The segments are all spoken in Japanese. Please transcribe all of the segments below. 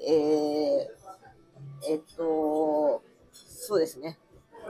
えー、えっと、そうですね。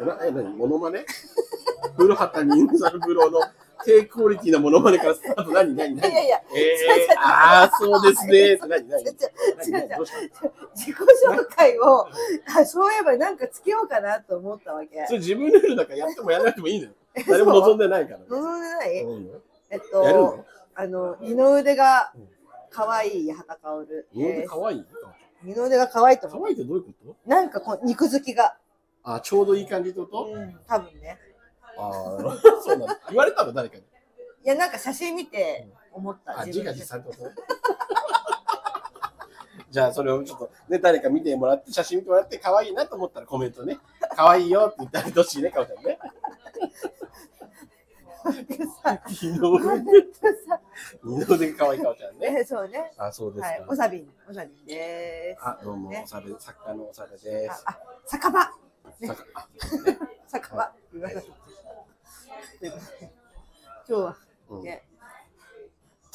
えな、え、なに、モノマネ 古畑任三郎の低クオリティなモノマネからスタート。なになにいなやにいやいや、えー、ああ、そうですね。なになにちょちなに違う違うどうしたょ自己紹介を、あそういえばなんかつけようかなと思ったわけ。それ自分ルールだからやってもやらなくてもいいのよ。誰も望んでないから。望んでない、うんえっやるとの、あの、二の腕がうん可愛い八幡薫日本でです。可愛い二の腕が可愛いと可思う。愛いってどういうことなんかこう、肉付きが。あ、ちょうどいい感じってことうん、多分ね。ああ、そうなの。言われたの誰かに。いや、なんか写真見て思った。あ、自画自で賛ってこと じゃあそれをちょっとね、誰か見てもらって、写真見てもらって、可愛いなと思ったらコメントね。可愛いよって言ってあげてほしいね、かおちゃんね。 さ、二の腕本。当さ、二の腕が可愛いかおちゃんね。えそうね。あ、そうですはい、かお。さびん、おさびんです。あ、どうも、おさべ、作家のおさべであす。あ、酒場、作家あ酒 場。ごめんなさい今日はうんね、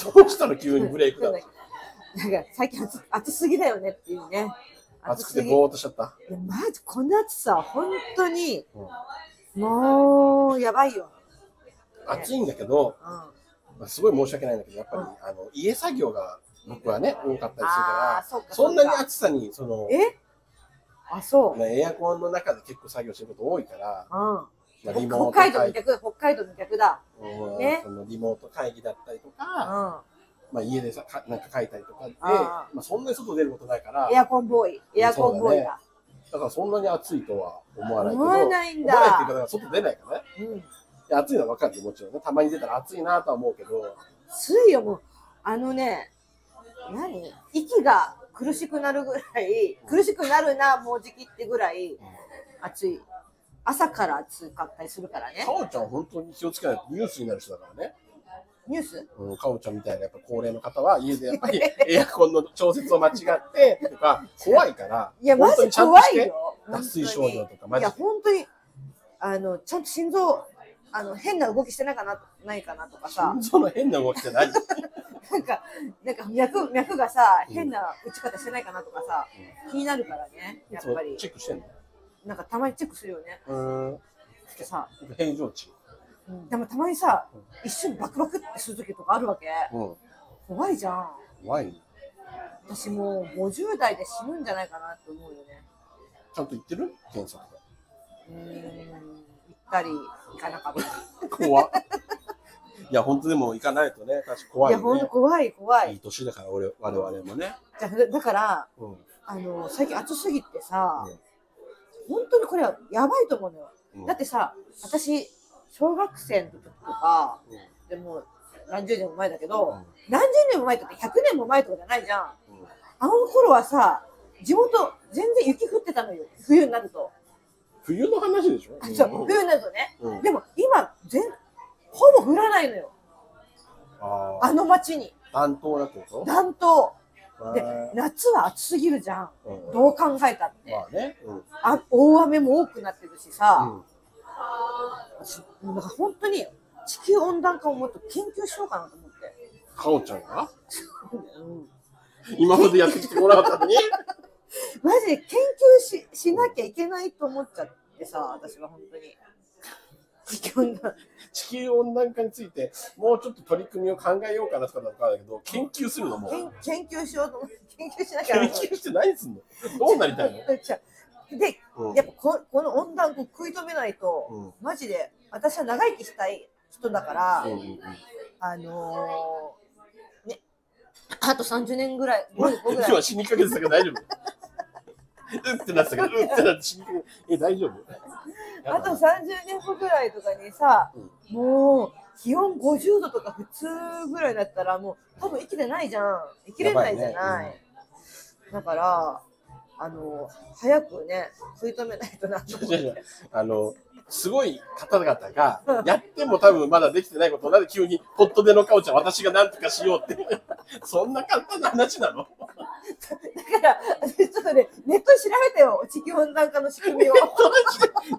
どうしたの急にブレイク だなんかなんか最近暑暑すぎだよねっていうね。暑くてぎぼーっとしちゃった。いやまずこの暑さ、本当に、うんもうやばいよ。暑いんだけど、うん、あまあ、すごい申し訳ないんだけど、やっぱり、あの家作業が僕はね、多かったりするあー、かそうら、か。そんなにうか暑さに、その、えあ、そう。ねエアコンの中で結構作業すること多いから、まあうリん、モー北ト海会議道の客、北海道の客だ。うんねそのリモート会議だったりとうか、ん、まあ、家でさかなんか書いたりとかで、あまあ、そんなに外出ることないからエ、アコンボーイ、エアコンボーイだ。だからそんなに暑いとは思わないけど、思わないんだ思わないっていうか、だから外出ないからね。うん、いや暑いのは分かるよ、もちろんね。たまに出たら暑いなとは思うけど、暑いよ、もう。あのね、何息が苦しくなるぐらい、苦しくなるな、もうじきってぐらい暑い。朝から暑かったりするからねか。おちゃん本当に気をつけないとニュースになる人だからね。ニュースうん、かおちゃんみたいなやっぱ高齢の方は家でや っぱりエアコンの調節を間違ってとか怖いから、いや、マ本当ジにちゃんと怖しいてよ。脱水症状とかマいジや、で。本当に、あの、ちゃんと心臓、あの、変な動きしてないかな、ないかなとかさ、心臓の変な動きって何なんか、なんか脈、脈がさ、うん変な打ち方してないかなとかさ、気になるからね、やっぱりチ。ェックしてんのなんかたまにチェックするよね。うん。さ、平常値。でもたまにさうん、一瞬バクバクってする時とかあるわけ。うん。怖いじゃん。怖いね。私もう50代で死ぬんじゃないかなって思うよね。ちゃんと言ってる検査とうーん、行ったり、行かなかったり。か。怖っいや、本当でも行かないとね、確か怖いいや、ほよんねと。怖い、怖いいい。年だから俺、我々もね。だだから、うん。あの最近暑すぎてさ、うん本当にこれはやばいと思うのよ、うんだってさ私小学生の時とかうんでも何十年も前だけど、うん何十年も前とか100年も前とかじゃないじゃんうんあの頃はさ地元全然雪降ってたのよ冬になると、冬の話でしょあそう冬になるとねうんでも今全ほぼ降らないのよあああ。の町に担当だってこ暖冬とでへー夏は暑すぎるじゃんうんどう考えたって、まあね。うん。あ大雨も多くなってるしさ、うなんんか本当に地球温暖化をもっと研究しようかなと思って。かおちゃんが今までやってきてこなかったの にマジで研究ししなきゃいけないと思っちゃってさ、私は本当に。地球温暖地球温暖化についてもうちょっと取り組みを考えようかなとかだからだけど研究するのもう研研究しようと思 って、研究しなきゃ研なと思って究して何すんのどうなりたいの、 で、うんやっぱここの温暖化を食い止めないと、うんマジで私は長生きしたい人だから、うんうんうんあのー、ね、あと30年ぐらい、ま5ぐらい。今死にかけてたけど大丈夫うってなってたけどうってなって死にかけてえ大丈夫あと30年後ぐらいとかにさ、もう気温50度とか普通ぐらいだったらもう多分生きてないじゃん生きれないじゃないやばいねだからあの早くね食い止めないとなと思っ 違う違てあのすごい方々がやっても多分まだできてないことをなんで急にポットでのかおちゃん私がなんとかしようってそんな簡単な話なのだから私ちょっとねネットで調べてよ地球温暖化の 仕組みを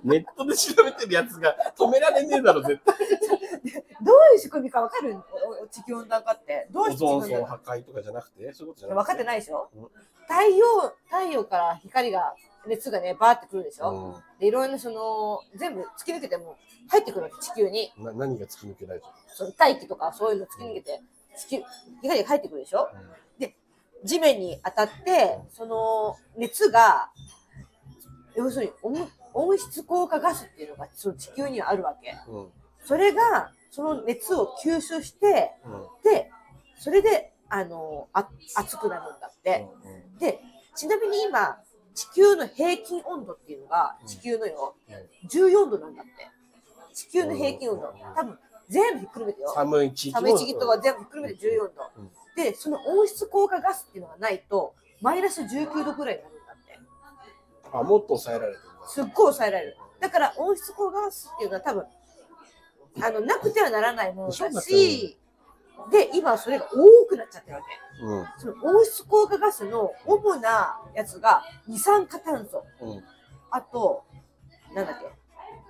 ネットで調べてるやつが止められねえだろ、絶対。どういう仕組みかわかるお地球温暖化って。どうオして地球ゾン温暖層化破壊とかじゃなくて、そういうことじゃな分くかって。てないでしょうん太陽、太陽から光が、熱がね、バーってくるでしょ、で、いろいろその、全部突き抜けても入ってくるの、地球に。うん、な何が突き抜けられてるその大気とかそういうの突き抜けて、地球、光が入ってくるでしょの、うん地面に当たって、その熱が、要するに温温室効果ガスっていうのがその地球にはあるわけ。うんそれが、その熱を吸収して、うんで、それで、あの、あ熱くなるんだって。うんで、ちなみに今、地球の平均温度っていうのがう、ん地球のよ、うん14度なんだって。地球の平均温度うん。多分、全部ひっくるめてよ。寒い地域寒い地域とは全部ひっくるめて14度うん。で、その温室効果ガスっていうのがないと、マイナス19度ぐらいになるんだって。あもっと抑えられてるんだすっごい抑えられる。だから、温室効果ガスっていうのは多分、あの、なくてはならないものそうだだったよねし、で、今それが多くなっちゃってるわけ。うんその温室効果ガスの主なやつが二酸化炭素うんあとなんだっけ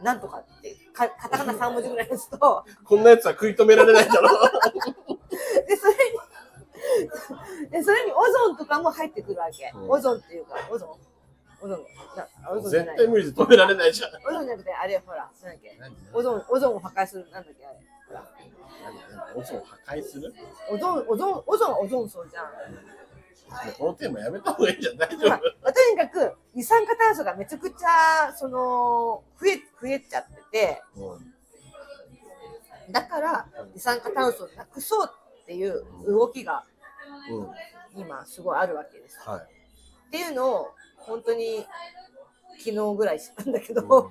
なんとかってかカタカナ3文字ぐらいのやつと こんなやつは食い止められないだろでそれにでそれにオゾンとかも入ってくるわけ、うんオゾンっていうかオゾンオゾンなオゾンじゃ絶ない対無理で止められないじゃんオゾンじゃなくてあれほらなんだっけオゾンオゾンを破壊するなんだっけあれオゾンを破壊するオゾンオゾンオゾンはオゾン層じゃん、このテーマやめた方がいいじゃん大丈まあ夫、まあとにかく二酸化炭素がめちゃくちゃその増え増えちゃっててうんだからうん二酸化炭素をなくそうっていう動きがうんはい今すごいあるわけです。っていうのを本当に昨日ぐらい知ったんだけど、う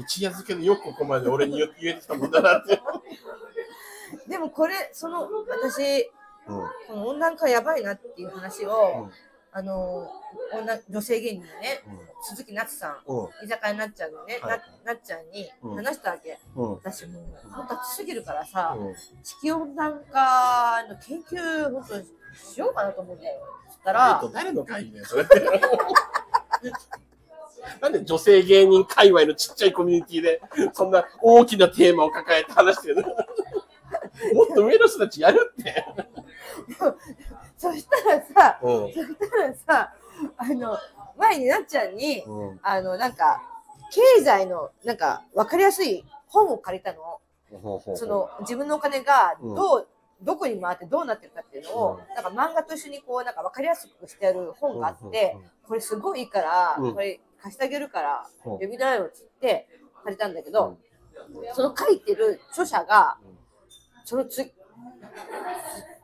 ん一夜漬けでよくここまで俺に言言えてきたもんだなって、 でもこれその私うんこの温暖化やばいなっていう話を、あの女女性芸人のね鈴木夏さんうん居酒屋なっちゃんのね、はいななっちゃんにうん話したわけ、うん私もう本当暑すぎるからさ、うん地球温暖化の研究本当にしようかなと思うんだよつったらえっと誰の会議だよ、それって。なんで女性芸人界隈のちっちゃいコミュニティで、そんな大きなテーマを抱えて話してるのもっと上の人たちやるって。そしたらさ うん。そしたらさあの前になっちゃんにうん。あのなんか経済のなんか分かりやすい本を借りたのその自分のお金がどう、どこに回ってどうなってるかっていうのを、なんか漫画と一緒にこうなんか分かりやすくしてある本があって、これすごいいいから、うんこれ貸してあげるからうん読みなよっつって借りたんだけど、その書いてる著者がうんそのつ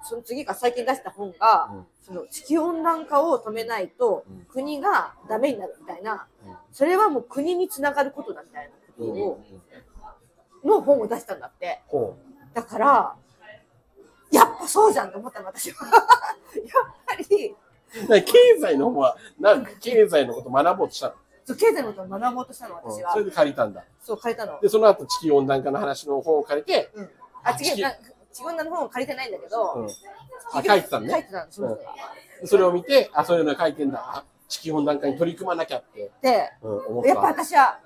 その次が最近出した本が、うんその地球温暖化を止めないとうん国がダメになるみたいな、うんそれはもう国につながることだみたいなことうんを、の本を出したんだってほだからやっぱそうじゃんと思ったの私は やっぱりうなんか経済の方は、なんか経済のこと学ぼうとしたの。そう経済のことを学ぼうとしたのうん私は、それで借りたんだ。そう借りたので、その後地球温暖化の話の本を借りて、うんあ違地う球な地球温暖化の本を借りてないんだけど、うんあ書いてたの書いね。てたのその人がそれを見て、あ、そういうの書いてんだ。あ地球温暖化に取り組まなきゃって、でうん、思った。やっぱ私は、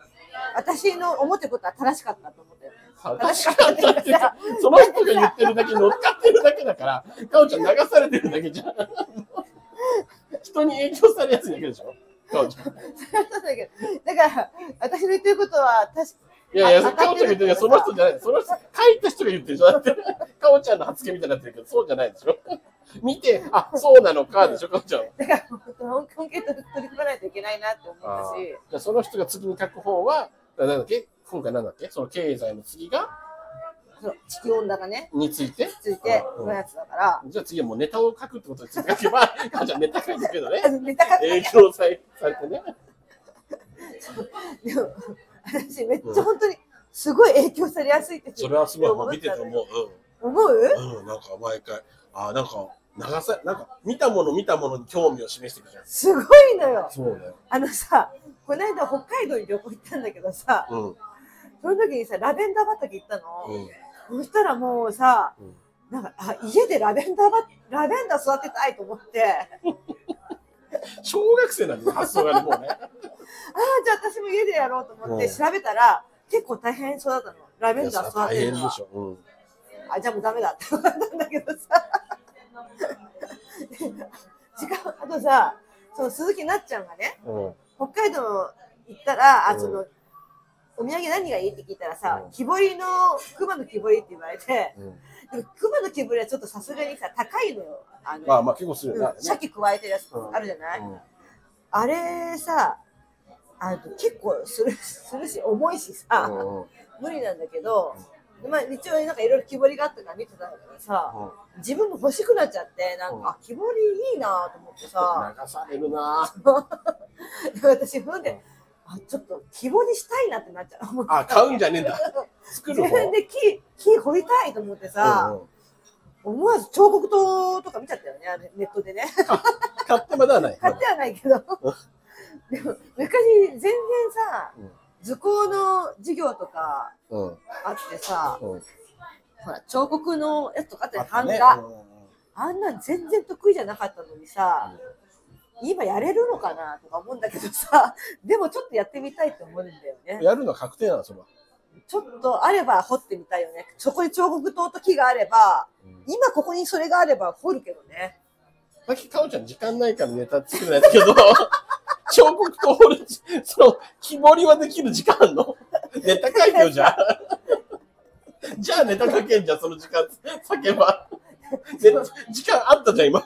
私の思ってることは正しかったと思ったよね。正しかったって言ってその人が言ってるだけ乗っかってるだけだから、かおちゃん流されてるだけじゃん。人に影響されるやつだけでしょ。かおちゃん。いそうだけど だから、私の言ってることは、確かやいや、あかおちゃんが言ってるのはその人じゃない。その人、書いた人が言ってるじゃなくて、かおちゃんの発言みたいになってるけど、そうじゃないでしょ。見て、あ、そうなのか、でしょ、かおちゃんは。だから、本気本気で取り組まないといけないなって思ったし、じゃあその人が次に書く本は、なんだっけ今回なんだっけその経済の次が、そう地球温暖化ね、について。ついてうんのやつだから、じゃあ次はもうネタを書くってことについて書けば、 かおちゃんネタ書いてるけどね。あのネタ書くだ影け響されされてね。でも私、めっちゃ本当に、すごい影響されやすいって、それはすごいもう見てて思う。思ううん、うん、なんか毎回、あーなんか流さ、なんか見たもの見たものに興味を示してくるじゃん。すごいのよ。そうだよ。あのさ、この間北海道に旅行行ったんだけどさ、うん、その時にさ、ラベンダー畑行ったの。うん、そしたらもうさ、うんなんかあ家でラベンダーばラベンダー育てたいと思って、ああ小学生なんで発想が ねもうね。じゃあ私も家でやろうと思ってうん調べたら、結構大変そうだったの。ラいベンやそダりーゃ育大てる変のではしょ。うん。あ、じゃあもうダメだって思ったんだけ どさ。しかも、あとさ、その鈴木なっちゃんがね、うん、北海道行ったら、うあ、んその、お土産何がいいって聞いたらさうん、木彫りの、熊の木彫りって言われて、うん。でも熊の木彫りはちょっとさすがにさ、高いのよ。あの、まあまあ結構するよね。あうん、れね鮭加えてるやつうんあるじゃない、うんあれさ、あの結構する するし、重いしさ、うんうん無理なんだけど、まあ一応なんかいろいろ木彫りがあったから見てたんだけどさ、自分も欲しくなっちゃってなんうんか、あ木彫りいいなと思ってさ流されるなぁ私ほんうんで、あちょっと木彫りしたいなってなっちゃうあ、買うんじゃねえん だ。作自る分方で木木彫りたいと思ってさ、うんうん思わず彫刻刀とか見ちゃったよねあれネットでね買ってまだない。買ってはないけど でも昔全然さうん図工の授業とかうん。あってさうんほら彫刻のやつとかあったありった版ね画、うんうんうんあんなん全然得意じゃなかったのにさ、今やれるのかなとか思うんだけどさ、でもちょっとやってみたいって思うんだよね。やるのは確定なの、それは。ちょっとあれば掘ってみたいよね。そこに彫刻刀と木があれば、うん今ここにそれがあれば掘るけどね。さっきかおちゃん時間ないからネタ作れないですけど、 彫刻と掘る、その、木彫りはできる時間あんのネタ書いてよ、じゃあ。じゃあネタ書けんじゃ ん、その時間、避けば。ネタ、時間あったじゃん、今。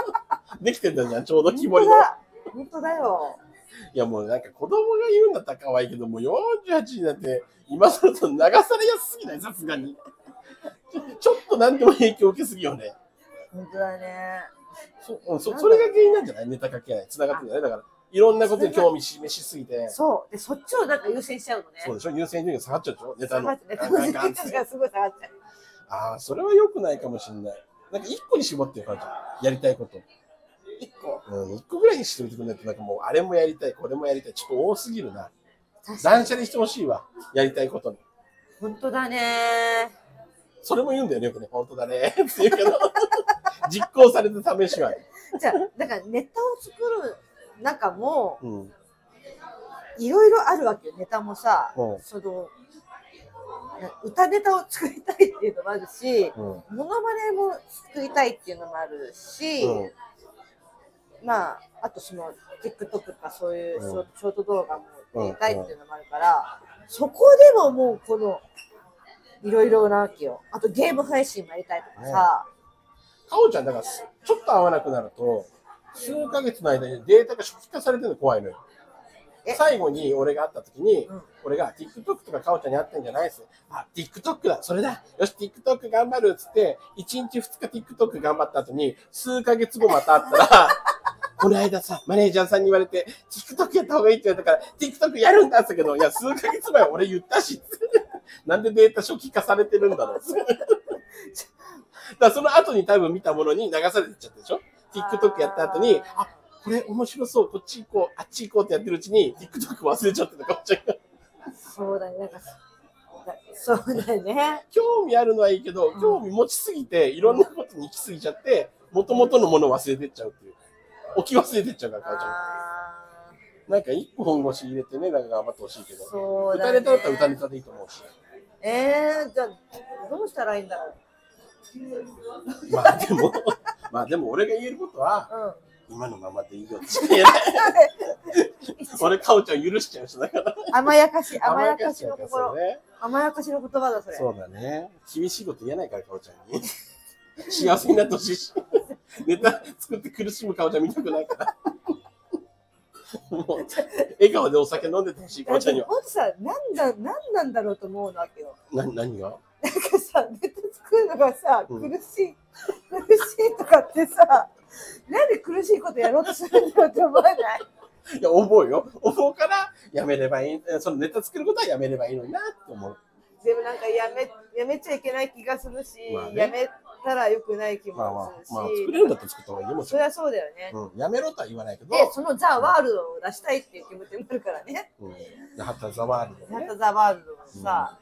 できてんだじゃん、ちょうど木彫本り当の。いだ。本当だよ。や、もうなんか子供が言うんだったら可愛いけど、もう48になって、今更その流されやすすぎない、さすがに。ちょちょっと何でも影響受けすぎよね。本当だね。そうんそそれが原因なんじゃないネタ書けない。繋がってるんじゃないだから、いろんなことに興味示しすぎて、そう。で、そっちをなんか優先しちゃうのね。そうでしょ優先順位が下がっちゃうでしょネ下タの。があっちゃうね。楽しみ がすごい下がっちゃう。あー、それは良くないかもしれない。なんか一個に絞ってよ、かおちゃんやりたいこと。一個。うん、一個ぐらいにしておいてくれないと、なんかもう、あれもやりたい、これもやりたい。ちょっと多すぎるな。確か断に。捨離してほしいわ。やりたいことに。本当だね。それも言うんだよね、よくね。本当だね。って言う けど、実行されて試しは。じゃあ、だからネタを作る中も、うん。いろいろあるわけよ、ネタもさ、うんその、な歌ネタを作りたいっていうのもあるし、うん。モノマネも作りたいっていうのもあるし、うん。まあ、あとその、TikTok とかそういうショ,、うんート動画も作りたいっていうのもあるから、そこでももうこの、いろいろなわけよ。あとゲーム配信もやりたいとかさ、かおちゃん、だから、ちょっと合わなくなると、数ヶ月の間にデータが初期化されてるの怖いのよえ。最後に俺が会った時に、うん俺が TikTok とかかおちゃんに会ったんじゃないです。あ、TikTok だ、それだ、よし、TikTok 頑張るっつって、1日2日 TikTok 頑張った後に、数ヶ月後また会った ら、この間さ、マネージャーさんに言われて、TikTok やった方がいいって言われたから、TikTok やるんだっつったけど、いや、数ヶ月前俺言ったし、 なんでデータ初期化されてるん だろう。だからその後に多分見たものに流されてっちゃったでしょ ?TikTok やった後に、あ、これ面白そう、こっち行こう、あっち行こうってやってるうちに、TikTok 忘れちゃってたかもしれない。そうだね、なんか、だそうだね。興味あるのはいいけど、うん興味持ちすぎて、いろんなことに行きすぎちゃって、元々のものを忘れてっちゃうっていう。置き忘れてっちゃうから、母ちゃあん。なんか一個本腰入れてね、なんか頑張ってほしいけーど。そうだ歌ね。ネタだったら歌ネタでいいと思うし。えー、じゃあどうしたらいいんだろう。まあでも、まあでも俺が言えることは、う今のままでいいよってしか言え ない。ん。俺、かおちゃん許しちゃうし、だから。甘やかし、甘やかしの甘やかしちゃうからそ心。れね。甘やかしの言葉だ、それ。そうだね。厳しいこと言えないから、かおちゃんに。 幸せになってほしいし、ネタ作って苦しむかおちゃん見たくないから。もう笑顔でお酒飲んでてほしい、かだっおちゃてんには。ほんとさ、なんだ、なんなんだろうと思うわけよ。な何がなんかさ、ネタ作るのがさ、う苦んしい、苦しいとかってさ、なんで苦しいことやろうとするんだろうって思わないいや、思うよ。思うから、やめればいい。そのネタ作ることはやめればいいのになって思う。 でもなんかやめ、やめちゃいけない気がするし、まあねやめたら良くない気まあまあも、すまあ、るし、作れるんだったら作った方がいいもちそろりゃそうだよね。ん。うん、やめろとは言わないけど、で、そのザ・ワールドを出したいっていう気持ちもあるからね。うん、ハタザワールドね。やっだかたザ・ワールドもさ、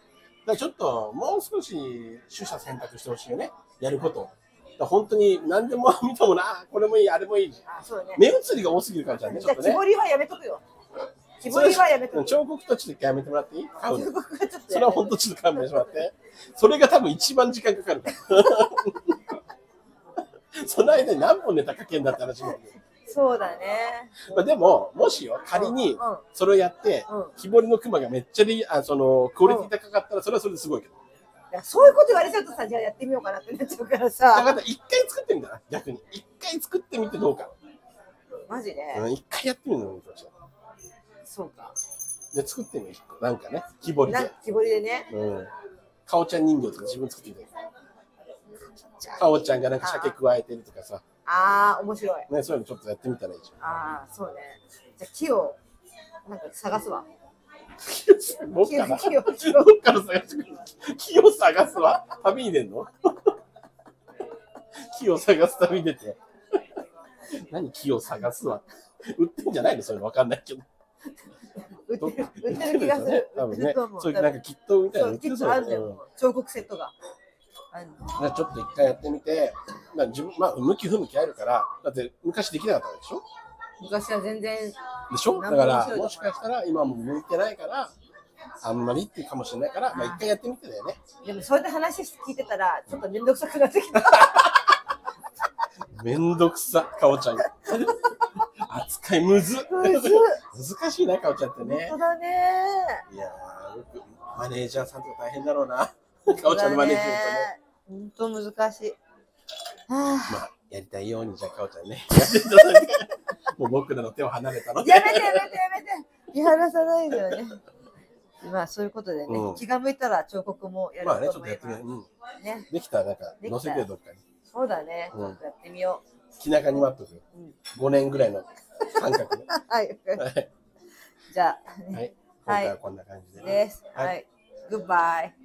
らちょっと、もう少し、取捨選択してほしいよね。やることを。だから本当に、何でも見たもな、あこれもいい、あれもいい。あ、そうね。目移りが多すぎるからじゃんね、ちじゃょあ、っと木ね。彫りはやめとくよ。木彫りはやめてうん彫刻とちょっと一回やめてもらっていい買うの彫刻はちょっとそやれはめて本当ちょっと勘弁してもらって。それが多分一番時間かかるから。 その間に何本ネタ書けんだって話も。そうだねまあ、でも、もしよ、仮にうんうんそれをやって、うん木彫りの熊がめっちゃリあそのクオリティ高かったら、それはそれですごいけど。いやそういうこと言われちゃうとさじゃあやってみようかなってなっちゃうからだ かさら一回作ってみたら、逆に。一回作ってみてどうか。マジで、うん一回やってみるのもいいかもしれなそうかいで、作ってみる、一個なんかね、木彫りなんでか。木彫りでねうん。かおちゃん人形とか自分作ってみたい。かおちゃんがなんか鮭加えてるとかさ、ああ面白いね、そういうのちょっとやってみたらいいじゃん。ああそうねじゃあ木をなんか探すわどっ木かをら木を木をどっから探してくる木を探すわ旅に出んの 木を探す旅に出て何木を探すわ売ってんじゃないのそれ分かんないけど売 どってる売売っっててるる気でがしするょうね 多売っ分 てるねと思うそういうなんかきっとみたいなそのう売ってきるっそうとあるんだよだよね彫刻セットがあるうんじゃあちょっと一回やってみて、まあ自分まあ、向き不向きあるからだって昔できなかったでしょ昔は全然でしょだからもしかしたら今も向いてないからあんまりっていうかもしれないから、まあ、一回やってみてだよねでもそうやって話して聞いてたらちょっと面倒くさくなってきためんどくさ、かおちゃん。 扱いむず。むず難しいな、かおちゃんってね本当。だねいやー、よくマネージャーさんとか大変だろうな。かおちゃんのマネージメント本ね。当だね本当難しいはまあ、やりたいように、じゃあかおちゃん ね。やっていただいて。もう僕らの手を離れたのあで。やめてやめてやめて見放さないでよねまあそういうことでね、うん気が向いたら彫刻もやるまあね、ちとょ思っといやっますてみよう。うん。ねできたらなんか、できた載せてよ、どっかに。そうだね、うんちょっとやってみよ気長に待っとくよ。う、うん、 5年ぐらいの感覚で。はいわかりましたじゃあ、はい。今はい回はこんな感じで。です。はいはい。グッバイ。